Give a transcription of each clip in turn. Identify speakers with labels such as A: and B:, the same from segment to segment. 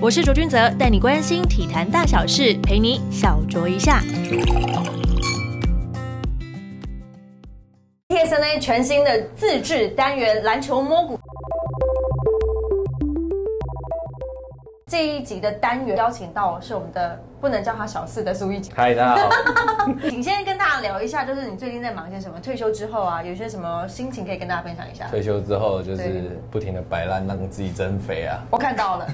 A: 我是卓君泽，带你关心体坛大小事，陪你小酌一 下。
B: TSNA 全新的自制单元篮球摸骨。这一集的单元邀请到是我们的，不能叫他小四的苏一姐，
C: 嗨，大家好。
B: 请先跟大家聊一下，就是你最近在忙些什么？退休之后啊，有些什么心情可以跟大家分享一下？
C: 退休之后就
B: 对
C: 是不停的摆烂，让自己增肥啊。
B: 我看到了，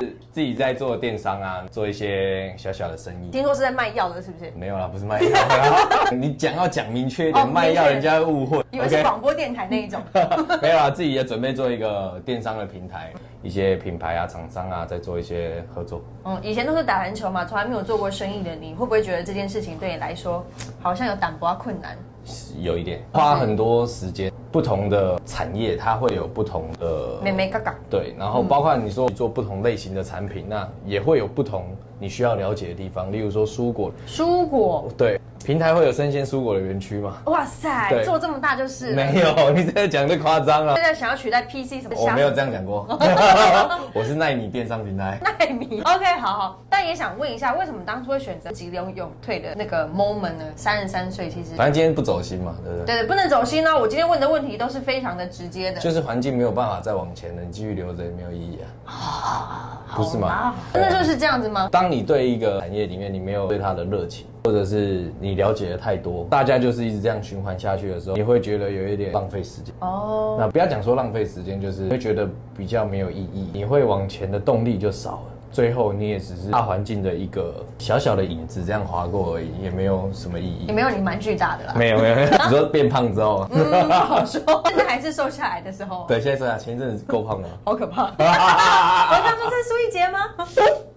C: 自己在做电商啊，做一些小小的生意。
B: 听说是在卖药的，是不是？
C: 没有啦，不是卖 药啦。你讲要讲明确一
B: 哦
C: 点，
B: 明确
C: 卖药人家会误会。
B: 以为是广播电台那一种。
C: 没有啦，自己也准备做一个电商的平台，一些品牌啊、厂商啊，在做一些合作。
B: 嗯，以前都是打篮球嘛，从来没有做过生意的你，会不会觉得这件事情对你来说好像有胆薄啊困难？
C: 有一点花很多时间，不同的产业它会有不同的
B: 妹妹嘎嘎，
C: 对，然
B: 嗯
C: 后包括你说你做不同类型的产品，那也会有不同你需要了解的地方，例如说蔬果，
B: 蔬果，
C: 对，平台会有生鲜蔬果的园区吗？
B: 哇塞，
C: 对
B: 做这么大就是啊了。
C: 没有，你这个讲的夸张了
B: 现。在 想要取代 PC 什么？
C: 我没有这样讲 过，我是奈米电商平台。
B: 纳米。OK，好好。但也想问一下，为什么当初会选择急流勇退的那个 moment 呢？三十三岁，其实
C: 反正今天不走心嘛，对不对？
B: 对对，不能走心哦。我今天问的问题都是非常的直接的，
C: 就是环境没有办法再往前了，你继续留着也没有意义啊，
B: 哦好
C: 不是吗
B: 吧？真的就是这样子吗？
C: 当你对一个产业里面你没有对它的热情，或者是你了解的太多，大家就是一直这样循环下去的时候，你会觉得有一点浪费时间。
B: 哦，
C: 那不要讲说浪费时间，就是会觉得比较没有意义，你会往前的动力就少了。最后你也只是大环境的一个小小的影子，这样划过而已，也没有什么意义
B: 也。没有你蛮巨大的啦，
C: 没有没有，你说变胖之后，
B: 不好说。现在还是瘦下来的时候，
C: 啊对，啊现在说啊，前一阵子够 胖了。
B: 好可怕。我刚说这是苏一杰 吗？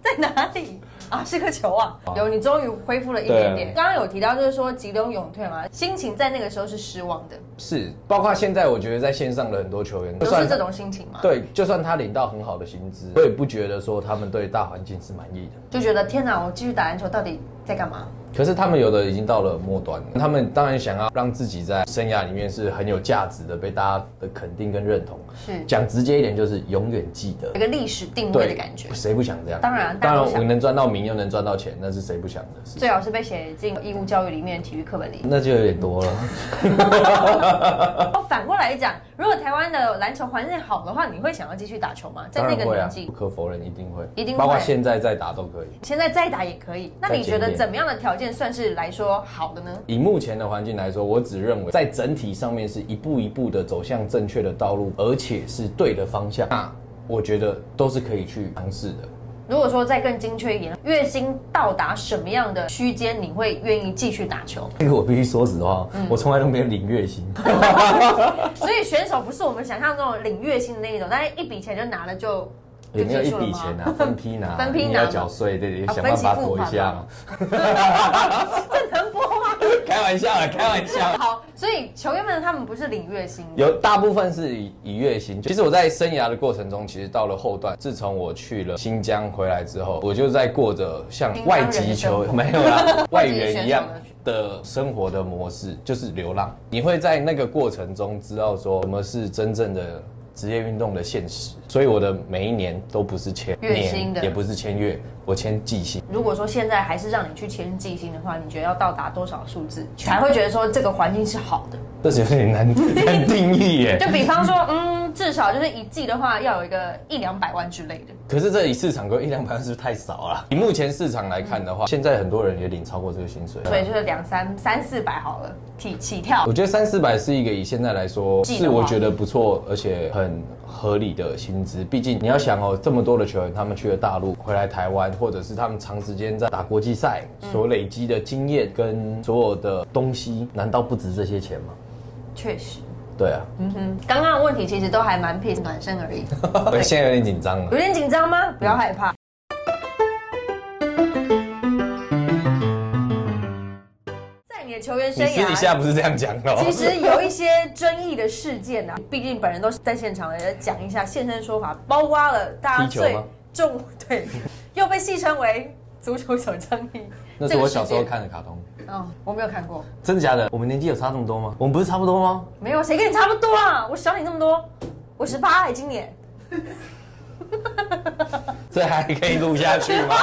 B: 在哪里？啊，是个球啊！有，你终于恢复了一点点。
C: 对
B: 刚刚有提到，就是说急流勇退嘛，心情在那个时候是失望的，
C: 是，包括现在我觉得在线上的很多球员，
B: 都
C: 就算
B: 是这种心情嘛。
C: 对，就算他领到很好的薪资，我也不觉得说他们对大环境是满意的。
B: 就觉得天哪，我继续打篮球到底在干嘛？
C: 可是他们有的已经到了末端，他们当然想要让自己在生涯里面是很有价值的，被大家的肯定跟认同。
B: 是
C: 讲直接一点，就是永远记得
B: 有一。个历史定位的感觉。
C: 谁不想这样？
B: 当然大
C: 当
B: 家都
C: 然，
B: 想
C: 我能赚到名又能赚到钱，那是谁不想的事？
B: 最好是被写进义务教育里面的体育课本里。
C: 那就有点多了。
B: 哦，反过来讲，如果台湾的篮球环境好的话，你会想要继续打球吗？在
C: 当
B: 那
C: 然
B: 个
C: 会
B: 年
C: 啊，
B: 纪
C: 不，可否认，一定会，
B: 一定会
C: 包括现在在打都可以。
B: 现在再打也可以。那你觉得怎么样的条件算是来说好的呢？
C: 以目前的环境来说，我只认为在整体上面是一步一步的走向正确的道路，而且是对的方向。那我觉得都是可以去尝试的。
B: 如果说再更精确一点，月薪到达什么样的区间，你会愿意继续打球？
C: 这个我必须说实话，哦
B: 嗯
C: 我从来都没有领 月薪。
B: 所以选手不是我们想象中领月薪的那一种，但是一笔钱就拿了就
C: 也
B: 就
C: 没有
B: 结
C: 一
B: 束了
C: 笔
B: 吗？
C: 钱啊，分批拿，
B: 分批拿
C: 你要缴税，对对，
B: 啊
C: 想办法
B: 分期付
C: 躲
B: 款
C: 一下嘛。
B: 这能播吗？
C: 开玩笑啦，开玩笑。
B: 好，所以球员们他们不是领月薪的，
C: 有大部分是以以月薪。其实我在生涯的过程中，其实到了后段，自从我去了新疆回来之后，我就在过着像外籍球
B: 新疆
C: 没有 啦外援一样
B: 外籍
C: 的生活的模式，就是流浪。你会在那个过程中知道说什么是真正的。职业运动的现实，所以我的每一年都不是签
B: 月薪的
C: 年也不是签月，我签季薪。
B: 如果说现在还是让你去签季薪的话，你觉得要到达多少数字才会觉得说这个环境是好的？
C: 这是有 点难难定义耶。
B: 就比方说，嗯，至少就是一季的话，要有一个一两百万之类的。
C: 可是这里市场规一两百万是不是太少了？ 以目前市场来看的话，现在很多人也领超过这个薪水。啊
B: 所以嗯就是两三三四百好了，起起跳
C: 我。觉得三四百是一个以现在来说
B: 记得
C: 是
B: 吗
C: 我觉得不错，而且很合理的薪资。毕竟你要想哦，这么多的球员，他们去了大陆，回来台湾，或者是他们长时间在打国际赛所累积的经验跟所有的东西，难道不值这些钱吗？
B: 确实，
C: 对啊，
B: 嗯哼，刚刚的问题其实都还蛮 peace 暖身而已，
C: 我现在有点紧张了
B: 有。点紧张吗？不要害怕。在你的球员生
C: 你私底下
B: 涯。
C: 不是这样讲的、哦。
B: 其实有一些争议的事件啊， 毕竟本人都是在现场也讲一下现身说法，包括了大家
C: 踢球
B: 最
C: 吗
B: 重对，又被戏称为足球小将一。
C: 那
B: 这
C: 是
B: 个
C: 我
B: 事
C: 小时候
B: 件，
C: 看的卡通，
B: 嗯，我没有看过，
C: 真的假的？我们年纪有差这么多吗？我们不是差不多吗？
B: 没有，谁跟你差不 多啊？我小你那么多，我十八哎，今年。
C: 这还可以录下去吗？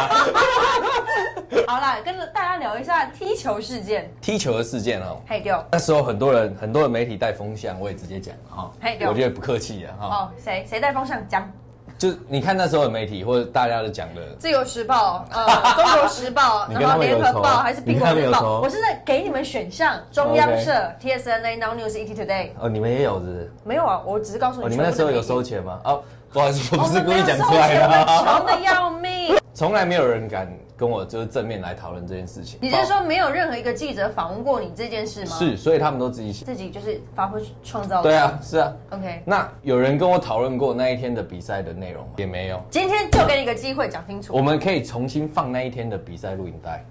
B: 好啦，跟大家聊一下踢球事件。
C: 踢球的事件哦，
B: 嘿丢，
C: 那时候很多人很多人媒体带风向，我也直接讲哈
B: 嘿，对
C: 我觉得不客气啊哈，
B: 哦，谁谁带风向讲？
C: 就是你看那时候的媒体或者大家的讲的，
B: 自由时报、 呃，中国时报，
C: 你跟
B: 然
C: 他
B: 后
C: 们有
B: 联合
C: 仇啊
B: 报还是
C: 你
B: 苹
C: 跟他
B: 果
C: 们
B: 日
C: 有
B: 报？
C: 仇
B: 我是在给你们选项，中央社、TSNA、Now News、ET Today。
C: 哦，你们也有是不是？
B: 没有啊，我只是告诉你。
C: 哦，你们那时候有收
B: 钱？
C: 钱吗？哦，不好意思，我
B: 我
C: 不是
B: 们
C: 故
B: 没
C: 意
B: 有
C: 讲
B: 收
C: 出来
B: 钱，
C: 的
B: 我们
C: 啊，
B: 穷的要 命。
C: 从来没有人敢跟我就是正面来讨论这件事情。
B: 你是说没有任何一个记者访问过你这件事吗？，
C: 是，所以他们都自己写。
B: 自己就是发挥创造力。
C: 对啊，是啊。
B: ，OK，
C: 那有人跟我讨论过那一天的比赛的内容吗？也没有。
B: 今天就给你一个机会讲清楚。
C: 我们可以重新放那一天的比赛录影带，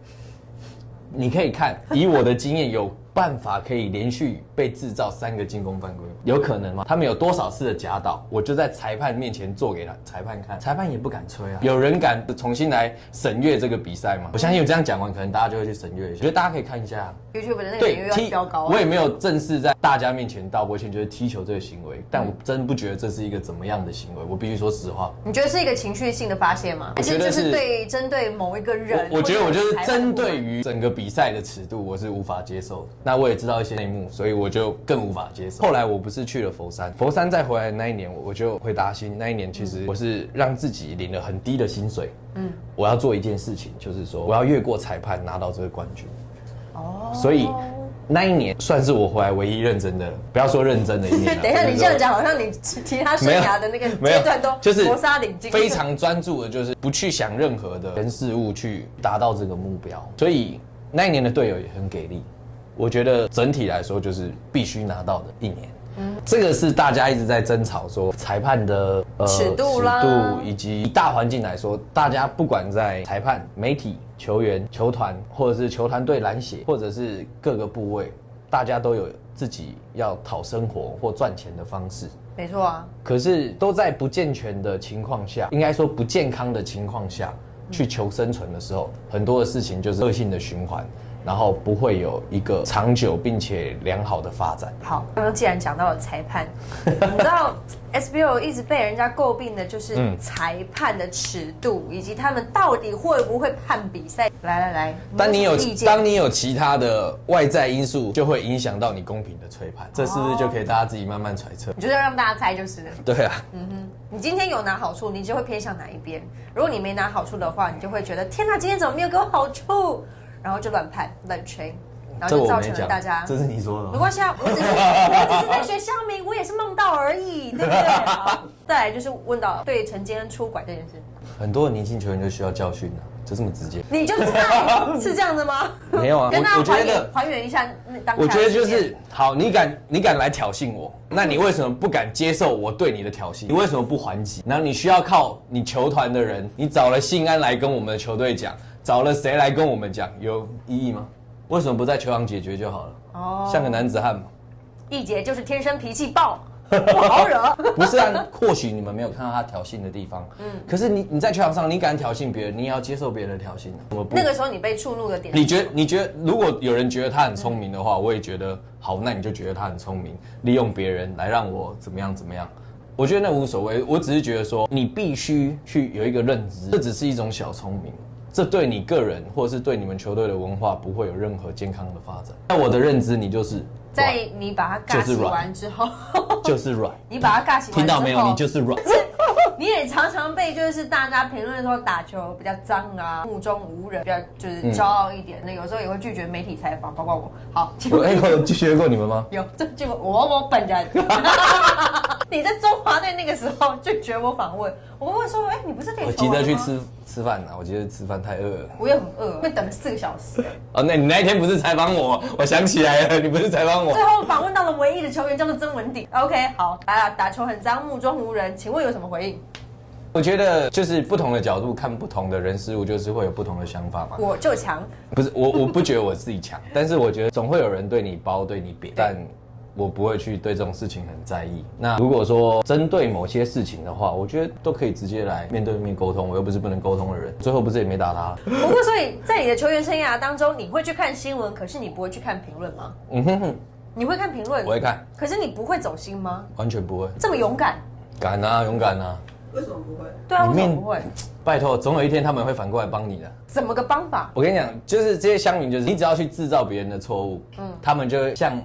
C: 你可以看。以我的经验，有办法可以连续被制造三个进攻犯规吗，有可能吗？他们有多少次的假倒，我就在裁判面前做给他裁判看，裁判也不敢吹啊。有人敢重新来审阅这个比赛吗？我相信我这样讲完，可能大家就会去审阅一下。我觉得大家可以看一下。啊
B: YouTube 的那个
C: 对
B: 点阅要飙高啊
C: 我。也没有正式在大家面前道过歉，就是踢球这个行为，但我真不觉得这是一个怎么样的行为，我必须说实话。
B: 你觉得是一个情绪性的发泄吗？还
C: 我
B: 是
C: 觉
B: 就
C: 得
B: 是
C: 是
B: 对针对某一个人？
C: 我我觉得我就是针对
B: 于
C: 于整个比赛的尺度，我是无法接受的。那我也知道一些内幕，所以我就更无法接受。后来我不是去了佛山，佛山再回来的那一年，我我就回达新。那一年其实
B: 嗯
C: 我是让自己领了很低的薪水，嗯，我要做一件事情，就是说我要越过裁判拿到这个冠军。
B: 哦
C: 所以那一年算是我回来唯一认真的，不要说认真的一年了。啊
B: 等一下，
C: 就是
B: 你
C: 说
B: 这样讲，好像你其其他生
C: 没有
B: 涯的那个
C: 没有
B: 阶段都
C: 就是
B: 磨砂领进，
C: 非常专注的，就是不去想任何的人事物去达到这个目标。所以那一年的队友也很给力，我觉得整体来说就是必须拿到的一年。
B: 嗯
C: 这个是大家一直在争吵说裁判的呃
B: 尺度啦
C: 尺度以及大环境来说，大家不管在裁判、媒体、球员、球团，或者是球团队篮协，或者是各个部位，大家都有自己要讨生活或赚钱的方式。
B: 没错啊。
C: 可是都在不健全的情况下，应该说不健康的情况下
B: 嗯
C: 去求生存的时候，很多的事情就是恶性的循环，然后不会有一个长久并且良好的发展。
B: 好，刚刚既然讲到了裁 判，你知道 SBO 一直被人家诟病的就是
C: 嗯
B: 裁判的尺度，以及他们到底会不会判比赛。来来来，
C: 当你有
B: 意见，
C: 当你有其他的外在因素，就会影响到你公平的吹判，这是不是
B: 哦
C: 就可以大家自己慢慢揣测？
B: 你就是要让大家猜就是了。
C: 对啊，
B: 你今天有拿好处，你就会偏向哪一边；如果你没拿好处的话，你就会觉得天哪，今天怎么没有给我好处，然后就乱判乱吹，然后
C: 这
B: 就
C: 我
B: 造
C: 没
B: 成了
C: 讲
B: 大家，
C: 这是你说的
B: 没
C: 吗。
B: 关系啊，我只是我只是在学校名，我也是梦到而已，对不对？ 好再来就是问到对陈坚恩出轨这件事，
C: 很多的年轻球员就需要教训啊，就这么直接。
B: 你就猜 是这样的吗？
C: 没有啊
B: 跟
C: 我
B: 大
C: 我
B: 家
C: 觉
B: 还
C: 得
B: 原还原一下那当下的
C: 我觉得就
B: 事件
C: 是好，你敢你敢来挑衅我，那你为什么不敢接受我对你的挑衅？你为什么不还击？然后你需要靠你球团的人，你找了信安来跟我们的球队讲，找了谁来跟我们讲，有意义吗？为什么不在球场解决就好了？
B: 哦
C: 像个男子汉嘛。
B: 一姐就是天生脾气暴，不好 惹。
C: 不是啊，或许你们没有看到他挑衅的地方，嗯，可是你你在球场上，你敢挑衅别人，你也要接受别人的挑衅啊。我不
B: 那个时候你被触怒的点，
C: 你觉你觉得，如果有人觉得他很聪明的话，我也觉得好，那你就觉得他很聪明，利用别人来让我怎么样怎么样。我觉得那无所谓，我只是觉得说，你必须去有一个认知，这只是一种小聪明，这对你个人或者是对你们球队的文化不会有任何健康的发展。在我的认知，你就是
B: 在你把它尬
C: 就是
B: 洗
C: 软
B: 完之后，
C: 软就是软，
B: 你把它尬洗完之后，
C: 听到没有？你就是软。
B: 你也常常被就是大家评论说打球比较脏啊，目中无人，比较就是骄傲一点。那有时候也会拒绝媒体采访，包括我。好，结
C: 我
B: 果
C: 哎，我拒绝过你们吗？
B: 有这结果我我本人， 你在中华队那个时候拒绝我访问，我会说，哎、你不是练
C: 我
B: 球
C: 急
B: 完了
C: 着
B: 吗
C: 去，吃吃饭啊呢，我急着吃饭太饿了。
B: 我也很饿，会等了四个小时。
C: 哦，那你那一天不是采访我？我想起来了，你不是采访我
B: 最？后访问到了唯一的球员叫做曾文鼎。OK，好，来啊，打球很脏，目中无人，请问有什么回应？
C: 我觉得就是不同的角度看不同的人事物，就是会有不同的想法嘛。
B: 我就强，
C: 不是我，我不觉得我自己强，但是我觉得总会有人对你包，对你扁，但我不会去对这种事情很在意。那如果说针对某些事情的话，我觉得都可以直接来面对面沟通，我又不是不能沟通的人。最后不是也没打他？
B: 不过，所以哎在你的球员生涯当中，你会去看新闻，可是你不会去看评论吗？
C: 嗯哼哼，
B: 你会看评论
C: 我，会看，
B: 可是你不会走心吗？
C: 完全不会，
B: 这么勇敢，
C: 敢啊，勇敢啊！
D: 为什么不会？
B: 对啊，
C: 里
B: 为什
C: 面
B: 么不会？
C: 拜托，总有一天他们会反过来帮你的。
B: 怎么个帮法？
C: 我跟你讲，就是这些乡民，就是你只要去制造别人的错误，他们就会像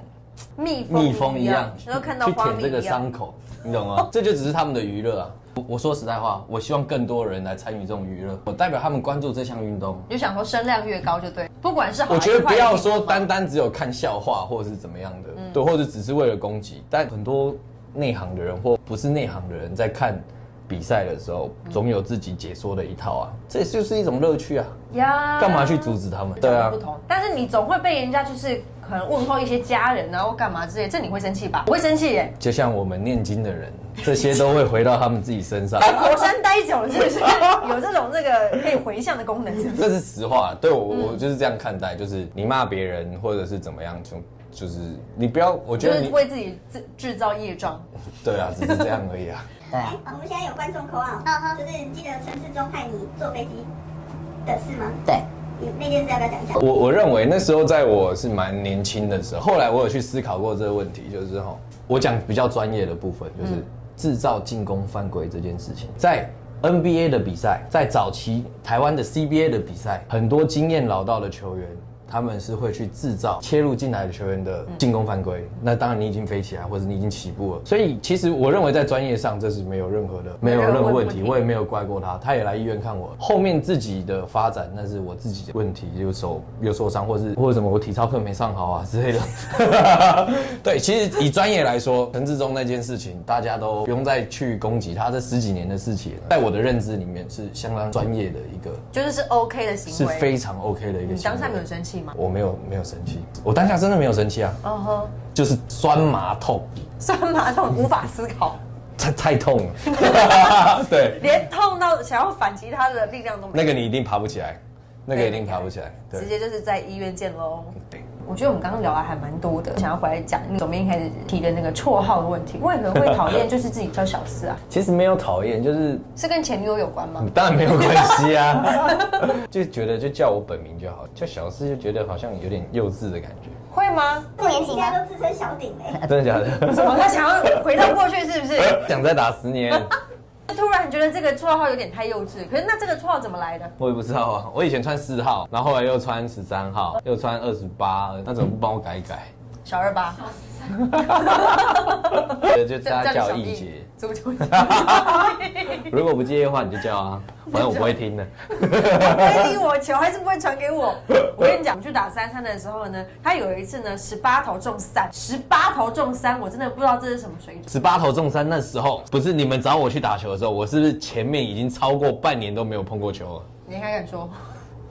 B: 蜜蜂
C: 蜜蜂一样，
B: 然后看到
C: 去
B: 花
C: 舔
B: 蜜
C: 这个
B: 一样。
C: 伤口，你 懂吗？这就只是他们的娱乐啊。我我说实在话，我希望更多人来参与这种娱乐，我代表他们关注这项运动。
B: 你就想说声量越高就对，不管是好
C: 我
B: 还
C: 觉
B: 是
C: 得不
B: 坏
C: 要
B: 一嗯定
C: 说
B: 嘛
C: 单单只有看笑话或者是怎么样的，对，或者只是为了攻击，但很多内行的人或不是内行的人在看比赛的时候，
B: 嗯
C: 总有自己解说的一套啊，这就是一种乐趣啊，
B: 呀，
C: 干嘛去阻止他们？对
B: 对
C: 啊
B: 不，同，但是你总会被人家就是可能问候一些家人啊或干嘛之类，这你会生气吧？我会生气 耶、
C: 就像我们念经的人，这些都会回到他们自己身 上。
B: 在佛山待久了，是不 是有这种这个可以回向的功能？是不是？
C: 这是实话，对我
B: 嗯
C: 我就是这样看待，就是你骂别人或者是怎么样，就就是你不要，我觉
B: 就
C: 得
B: 是
C: 你
B: 为自己制制造业障。
C: 对啊，只是这样而已啊。
D: 哎嗯
E: 我们现在有观众口号，就是记得陈世忠害你坐飞机的事吗？
D: 对，
E: 你那件事要不要讲一下？
C: 我我认为那时候在我是蛮年轻的时候，后来我有去思考过这个问题，就是哈，我讲比较专业的部分，就是制造进攻犯规这件事情，在 NBA 的比赛，在早期台湾的 CBA 的比赛，很多经验老道的球员。他们是会去制造切入进来的球员的进攻犯规，那当然你已经飞起来，或者你已经起步了。所以其实我认为在专业上这是没有任何的没有任何问题，我也没有怪过他，他也来医院看我。后面自己的发展那是我自己的问题，就手又受伤，或是或者什么我体操课没上好啊之类的。 对，其实以专业来说，陈志忠那件事情，大家都不用再去攻击他，这十几年的事情，在我的认知里面是相当专业的一个，
B: 就是是 OK 的行
C: 是
B: 为。
C: 非常 OK 的一个
B: 你
C: 行为。
B: 当下没有生气吗？
C: 我没有没有生气，我当下真的没有生气啊，
B: 嗯哼，
C: 就是酸麻痛，
B: 酸麻痛无法思考，
C: 太太痛了， 对，
B: 连痛到想要反击他的力量都没
C: 那
B: 有，
C: 个你一定爬不起来，那个一定爬不起来，
B: 直
C: 对，
B: 接就是在医院见喽。
C: 对
B: 我觉得我们刚刚聊的还蛮多的，想要回来讲你总编一开始提的那个绰号的问题，为何会讨厌就是自己叫小四啊？
C: 其实没有讨厌，就是 嗯
B: 是跟前女友有关吗？
C: 当然没有关系啊， 就觉得就叫我本名就好，叫小四就觉得好像有点幼稚的感觉，
B: 会吗？
E: 不年
D: 啊
E: 轻，现在都自称小鼎欸嘞。
C: 真的假的？
B: 怎么他想要回到过去是不是？
C: 想再打十年，
B: 突然觉得这个绰号有点太幼稚，可是那这个绰号怎么来的？
C: 我也不知道啊。我以前穿四号，然后后来又穿十三号，又穿二十八，那怎么不帮我改一改？
B: 小二八，
C: 就大家叫易杰。，
B: 足球易
C: 如果不介意的话，你就叫啊，反正我不会听的。
B: 不会理我，球还是不会传给我。我跟你讲，我们去打三三的时候呢，他有一次呢十八头中三，十八头中三，我真的不知道这是什么水准。
C: 十八头中三那时候，不是你们找我去打球的时候，我是不是前面已经超过半年都没有碰过球了？
B: 你还敢说？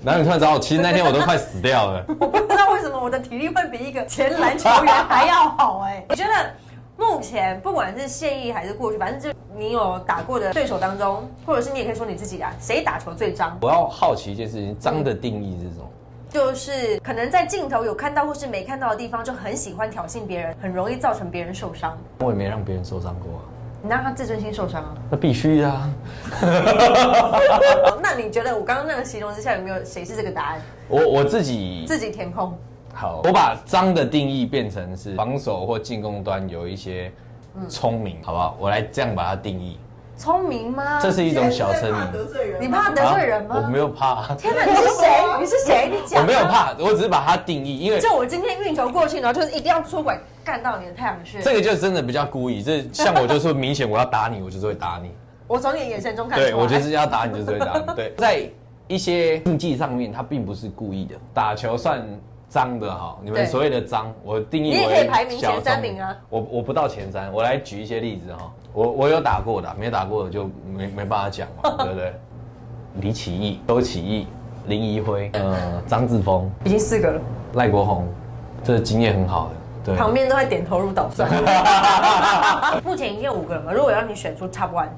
C: 然后你突然找我，其实那天我都快死掉了。
B: 我不知道为什么我的体力会比一个前篮球员还要好哎、 我觉得目前不管是现役还是过去，反正就你有打过的对手当中，或者是你也可以说你自己啊，谁打球最脏？
C: 我要好奇一件事情，脏的定义是什么？
B: 就是可能在镜头有看到或是没看到的地方，就很喜欢挑衅别人，很容易造成别人受伤。
C: 我也没让别人受伤过啊，
B: 你让他自尊心受伤啊？
C: 那必须啊。
B: 哦那你觉得我刚刚那个形容之下，有没有谁是这个答案？
C: 我我自己
B: 自己填空。
C: 好，我把脏的定义变成是防守或进攻端有一些聪明，
B: 嗯
C: 好不好？我来这样把它定义，
B: 聪明吗？
C: 这是一种小
D: 现
C: 声
D: 在怕
C: 明。啊
D: 得罪人吗，
B: 你怕啊得罪人吗？
C: 我没有怕，
B: 天哪，你是谁？你是谁？你讲、啊
C: 我没有。怕，我只是把它定义，因为
B: 就我今天运球过去，然后就是一定要出轨干到你的太阳穴。
C: 这个就真的比较故意。这像我就是明显我要打你，我就是会打你。
B: 我从你的眼神中看出来。
C: 对我就是要打你，就是会打你。对，在一些竞技上面，他并不是故意的。打球算脏的哈，你
B: 对
C: 们所谓的脏，我定义
B: 你也
C: 为
B: 可以排名
C: 小
B: 前三
C: 脏
B: 名啊。
C: 我我不到前三，我来举一些例子哈。我我有打过的，没打过的就没没办法讲 嘛，对不对？李启义、周启义、林怡辉、呃张志峰、
B: 已经四个了，
C: 赖国宏，这经验很好的。对，
B: 旁边都在点头如捣蒜。 目前已经有五个人了，如果要你选出 top one，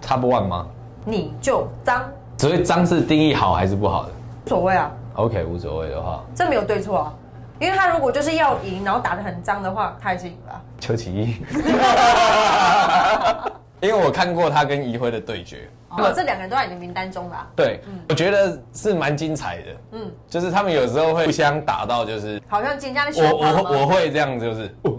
C: 差不 one 吗？
B: 你就脏，
C: 所以脏是定义好还是不好的
B: 无所谓啊，
C: ？OK，无所谓的话，
B: 这没有对错啊。因为他如果就是要赢，然后打得很脏的话，他也是赢了啊。
C: 邱启义， 因为我看过他跟怡辉的对决，
B: 哦，这两个人都在你的名单中啦。
C: 对，我觉得是蛮精彩的，嗯，就是他们有时候会互相打到，就是
B: 好像人家的
C: 我
B: 选法
C: 我
B: 吗
C: 我会这样，就是哦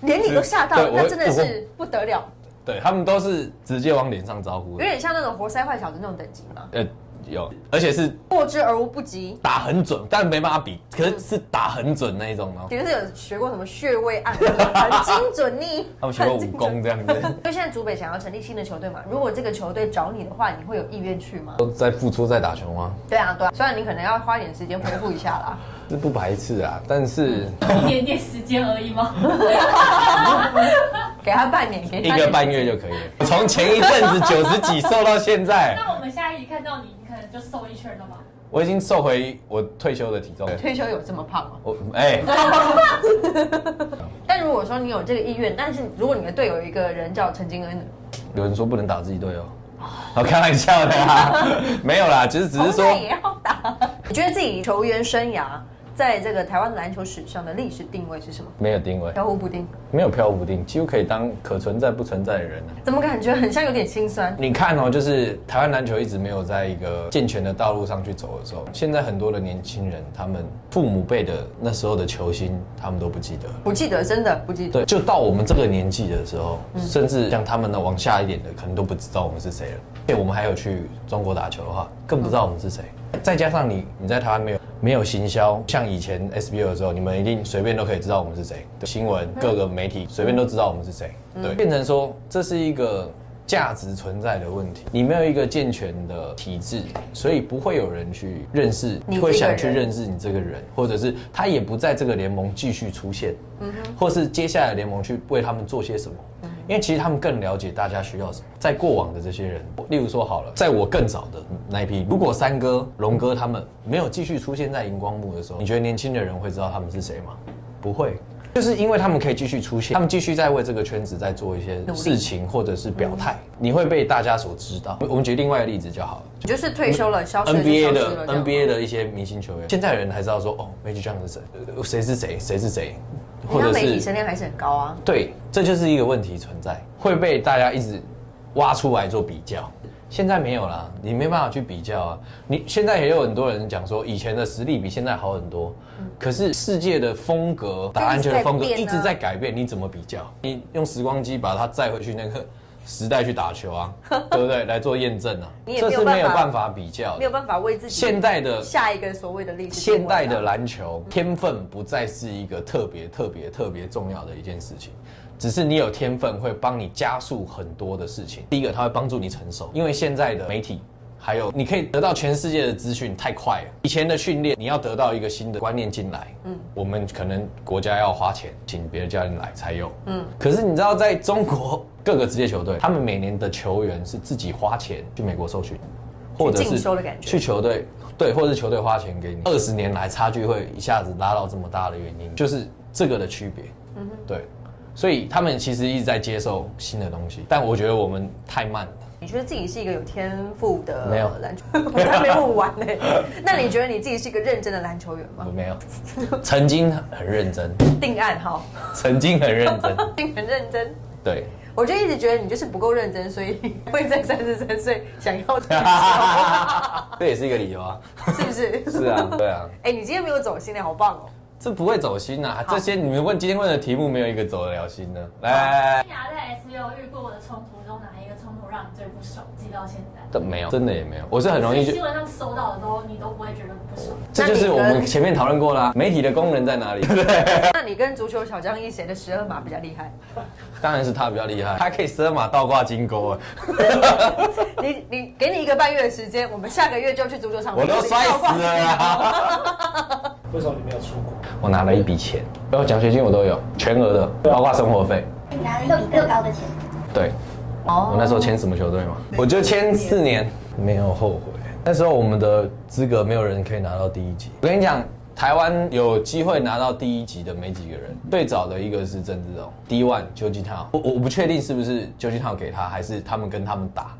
B: 连你都吓到，
C: 对我
B: 那真的是不得了。
C: 对他们都是直接往脸上招呼
B: 有
C: 的，
B: 点像那种活塞坏小子那种等级嘛，
C: 呃，有，而且是
B: 过之而无不及。
C: 打很准，但没办法比，可是是打很准那一种哦。
B: 你们是有学过什么穴位按摩，很精准呢？
C: 他们学过
B: 很
C: 武
B: 精准
C: 功这样子，
B: 因为现在竹北想要成立新的球队嘛，如果这个球队找你的话，你会有意愿去吗？
C: 都在付出在打球吗？
B: 对啊，对啊，虽然你可能要花一点时间恢复一下啦。
C: 是不排斥啊，但是
D: 一点点时间而已吗？
B: 给他半年，给
C: 一
B: 他
C: 个半月就可以了。从前一阵子九十几瘦到现在，
D: 那我们下一集看到你，你可能就瘦一圈了吧？
C: 我已经瘦回我退休的体重。
B: 退休有这么胖吗？啊
C: 我哎、
B: 但如果说你有这个意愿，但是如果你的队友有一个人叫陈金恩呢，
C: 有人说不能打自己队友，我开玩笑的啦， 没有啦，其实只是说
B: 红队也要打。 你觉得自己球员生涯在这个台湾篮球史上的历史定位是什么？
C: 没有定位，
B: 飘忽不定，
C: 没有飘忽不定，几乎可以当可存在不存在的人啊。
B: 怎么感觉很像有点心酸？
C: 你看哦，就是台湾篮球一直没有在一个健全的道路上去走的时候，现在很多的年轻人，他们父母辈的那时候的球星，他们都不记得了。
B: 不记得，真的不记得。
C: 对，就到我们这个年纪的时候，甚至像他们呢往下一点的，可能都不知道我们是谁了。而且我们还有去中国打球的话，更不知道我们是谁。再加上你你在台湾没有没有行销，像以前 SBL 的时候，你们一定随便都可以知道我们是谁，对新闻
B: 嗯
C: 各个媒体随便都知道我们是谁。对，变成说这是一个。价值存在的问题，你没有一个健全的体制，所以不会有人去认识，
B: 你这个
C: 会想去
B: 人
C: 认识你这个人，或者是他也不在这个联盟继续出现，或是接下来联盟去为他们做些什么。因为其实他们更了解大家需要什么。在过往的这些人，例如说好了，在我更早的那一批，如果三哥、龙哥他们没有继续出现在荧光幕的时候，你觉得年轻的人会知道他们是谁吗？不会，就是因为他们可以继续出现，他们继续在为这个圈子在做一些
B: 力
C: 事情或者是表态，你会被大家所知道。我我们举另外一个例子就好了。
B: 你就是退休了，消失了就
C: NBA
B: 消失了
C: 的
B: 这样
C: NBA 的一些明星球员，现在人还知道说哦，Magic Johnson 是谁，呃谁是谁，谁是谁，
B: 人家媒体声量还是很高啊。
C: 对，这就是一个问题存在，会被大家一直挖出来做比较。现在没有啦，你没办法去比较啊。你现在也有很多人讲说，以前的实力比现在好很多，可是世界的风格、打篮球的风格
B: 嗯一直在变啊
C: 一直在改变，你怎么比较？你用时光机把它载回去那个时代去打 球啊，对不对？来做验证啊，
B: 你也
C: 这
B: 没有
C: 是没有
B: 办法
C: 办法比较
B: 没有
C: 的。
B: 办法为自己
C: 现代的
B: 下一个所谓的历史定位
C: 现
B: 啊
C: 代的篮球天分不再是一个特别特别特别重要的一件事情，只是你有天分会帮你加速很多的事情。第一个，它会帮助你成熟，因为现在的媒体。还有，你可以得到全世界的资讯太快了。以前的训练，你要得到一个新的观念进来，嗯，我们可能国家要花钱请别的教练来才有，嗯。可是你知道，在中国各个职业球队，他们每年的球员是自己花钱去美国受训，或者
B: 进
C: 是
B: 修的感觉
C: 去球队对，或者是球队花钱给你，二十年来差距会一下子拉到这么大的原因，就是这个的区别。嗯对，所以他们其实一直在接受新的东西，但我觉得我们太慢了。
B: 你觉得自己是一个有天赋的
C: 没有
B: 篮球？ 我还没问完呢。那你觉得你自己是一个认真的篮球员吗
C: 我？没有， 曾经很认真，
B: 定案哈，
C: 曾经很认真，
B: 定很认真。
C: 对，
B: 我就一直觉得你就是不够认真，所以 会在三十三岁想要退休，
C: 这也是一个理由啊。
B: 是不是？
C: 是啊，对啊，
B: 哎、你今天没有走心呢，好棒哦！
C: 这不会走心啊。这些你们问今天问的题目，没有一个走得了心的。来来来来，
D: 生涯在 S U 遇过的冲突中，哪一个冲突让你最不爽？记到现在，
C: 但没有，真的也没有，我是很容易就
D: 新。闻上搜到的都你都不会觉得不爽。
C: 这就是我们前面讨论过啦、媒体的功能在哪里？
B: 那你跟足球小将一谁的十二码比较厉害？
C: 当然是他比较厉害，他可以十二码倒挂金钩啊！
B: 你你给你一个半月的时间，我们下个月就去足球场。
C: 我都摔死了啊啦！
F: 为什么你没有出国？
C: 我拿了一笔钱，然后奖学金我都有，全额的，包括生活费。
E: 你拿了一笔更高的钱，
C: 对，我那时候签什么球队嘛？我就签四年，没有后悔。那时候我们的资格没有人可以拿到第一级。我跟你讲，台湾有机会拿到第一级的没几个人。最早的一个是郑志龙，D One 究竟他，我我不确定是不是究竟他给他，还是他们跟他们打，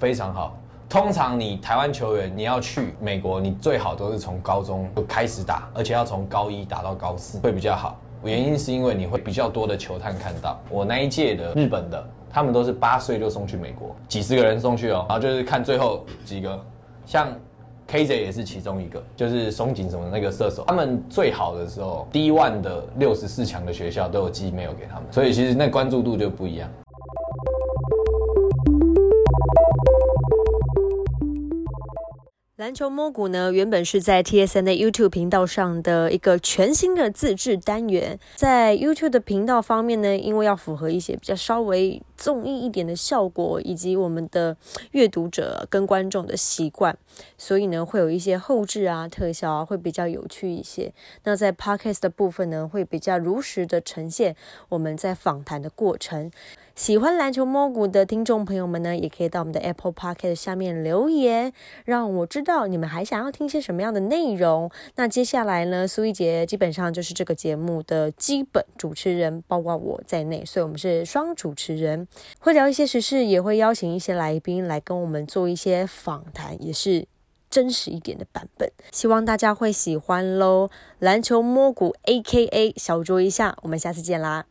C: 非常好。通常你台湾球员你要去美国，你最好都是从高中就开始打，而且要从高一打到高四会比较好。原因是因为你会比较多的球探看到。我那一届的日本的，他们都是八岁就送去美国，几十个人送去哦，然后就是看最后几个，像 KJ 也是其中一个，就是松井什么那个射手，他们最好的时候，D one 的六十四强的学校都有寄 mail 给他们，所以其实那关注度就不一样。
G: 篮球摸骨呢，原本是在 TSN 的 YouTube 频道上的一个全新的自制单元。在 YouTube 的频道方面呢，因为要符合一些比较稍微综艺一点的效果，以及我们的阅读者跟观众的习惯，所以呢，会有一些后置啊、特效啊，会比较有趣一些。那在 Podcast 的部分呢，会比较如实的呈现我们在访谈的过程。喜欢篮球摸骨的听众朋友们呢，也可以到我们的 Apple Podcast 下面留言，让我知道你们还想要听些什么样的内容。那接下来呢，苏一杰基本上就是这个节目的基本主持人，包括我在内，所以我们是双主持人，会聊一些时事，也会邀请一些来宾来跟我们做一些访谈，也是。真实一点的版本，希望大家会喜欢喽！篮球摸骨 （A.K.A. 小酌一下，我们下次见啦！